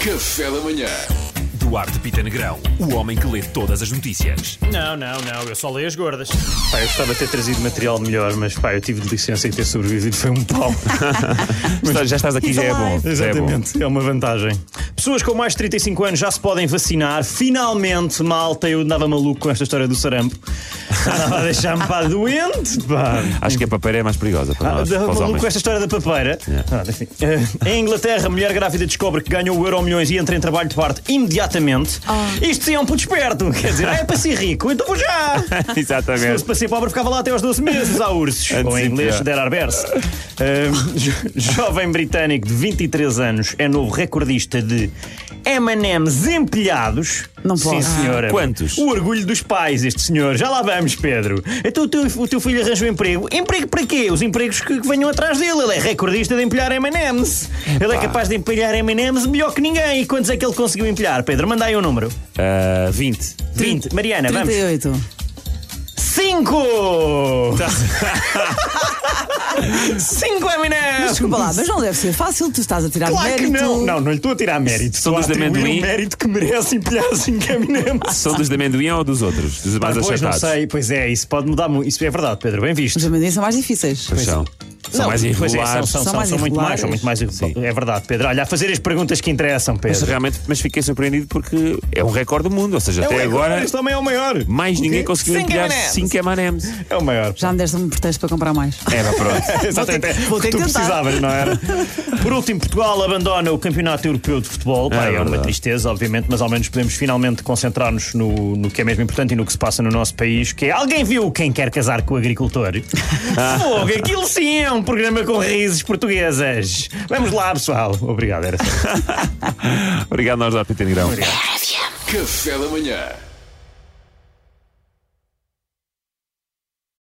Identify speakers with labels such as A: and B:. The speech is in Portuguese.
A: Café da manhã.
B: Duarte Pita Negrão, o homem que lê todas as notícias.
C: Não, não, não, eu só leio as gordas.
D: Pá, eu gostava de ter trazido material melhor, mas pá, eu tive de licença e ter sobrevivido foi um pau.
B: já estás aqui, já é bom. já é bom.
D: Exatamente, é uma vantagem. Pessoas com mais de 35 anos já se podem vacinar. Finalmente, malta, eu andava maluco com esta história do sarampo. Andava a deixar-me pá doente, pá.
B: Acho que a papeira é mais perigosa para nós.
D: Andava
B: para os
D: maluco
B: homens.
D: com esta história da papeira. Ah, enfim. Eh, em Inglaterra, mulher grávida descobre que ganhou o euro milhões e entra em trabalho de parte imediatamente. Isto sim é um puto esperto. Quer dizer, ah, é para ser rico, então vou já.
B: é
D: Se fosse
B: Exatamente.
D: para ser pobre, ficava lá até aos 12 meses, a ursos.
B: Antes
D: Ou
B: de
D: em inglês,
B: entrar.
D: there are bears. Ahm, jo- jovem britânico de 23 anos é novo recordista de M&M's empilhados.
E: Não posso.
D: Sim, senhora.
B: Ah. Quantos?
D: O orgulho dos pais, este senhor. Já lá vamos, Pedro. Então o teu, o teu filho arranja um emprego. Emprego para quê? Os empregos que, que venham atrás dele. Ele é recordista de empilhar M&M's. Ele é capaz de empilhar M&M's melhor que ninguém. E quantos é que ele conseguiu empilhar, Pedro? Manda aí um número.
B: Ah, 20.
D: 20.
E: É
D: Mariana, vamos.
E: 38.
D: 5! 5
E: Mas
D: Eminem!
E: desculpa lá, mas não deve ser fácil, tu estás a tirar
D: Claro que
E: mérito.
D: não! Não, não lhe estou a tirar mérito.
B: São
D: Estou
B: dos
D: a
B: de
D: atribuir
B: amendoim.
D: o mérito que merece empilhar 5 Eminem.
B: São dos de amendoim ou dos outros? Dos Ah, mais
D: Pois não
B: achatados?
D: sei, pois é, isso pode mudar muito. Isso é verdade, Pedro, bem visto.
E: Os amendoins são mais difíceis.
B: Pois são. São
D: Não,
B: mais
D: pois é,
B: irregulares.
E: São
D: são, são, são,
E: mais
D: são muito
E: irregulares.
D: mais, são muito mais É verdade, Pedro. Olha, a fazer as perguntas que interessam,
B: Mas
D: Pedro.
B: realmente, mas fiquei surpreendido porque é um recorde do mundo. Ou seja, até
D: é o
B: agora,
D: Este também é o maior.
B: mais ninguém conseguiu
D: Cinco
B: empilhar
D: M&Ms.
B: 5 M&M's.
D: É o maior.
E: Já me deste um pretexto para comprar mais.
B: É, vá, pronto.
D: Exatamente. é
E: Vou ter- vou
D: que
E: ter
D: tu
E: que tentar.
D: precisavas, não era? Por último, Portugal abandona o Campeonato Europeu de Futebol.
B: É
D: Pá, é, uma
B: verdade.
D: tristeza, obviamente, mas ao menos podemos finalmente concentrar-nos no, no que é mesmo importante e no que se passa no nosso país, que é alguém viu quem quer casar com o agricultor? Fogo, aquilo sim é um programa com raízes portuguesas. Vamos lá, pessoal. Obrigado, era só.
B: Obrigado, nós, Duarte Pita Negrão.
A: Café da manhã.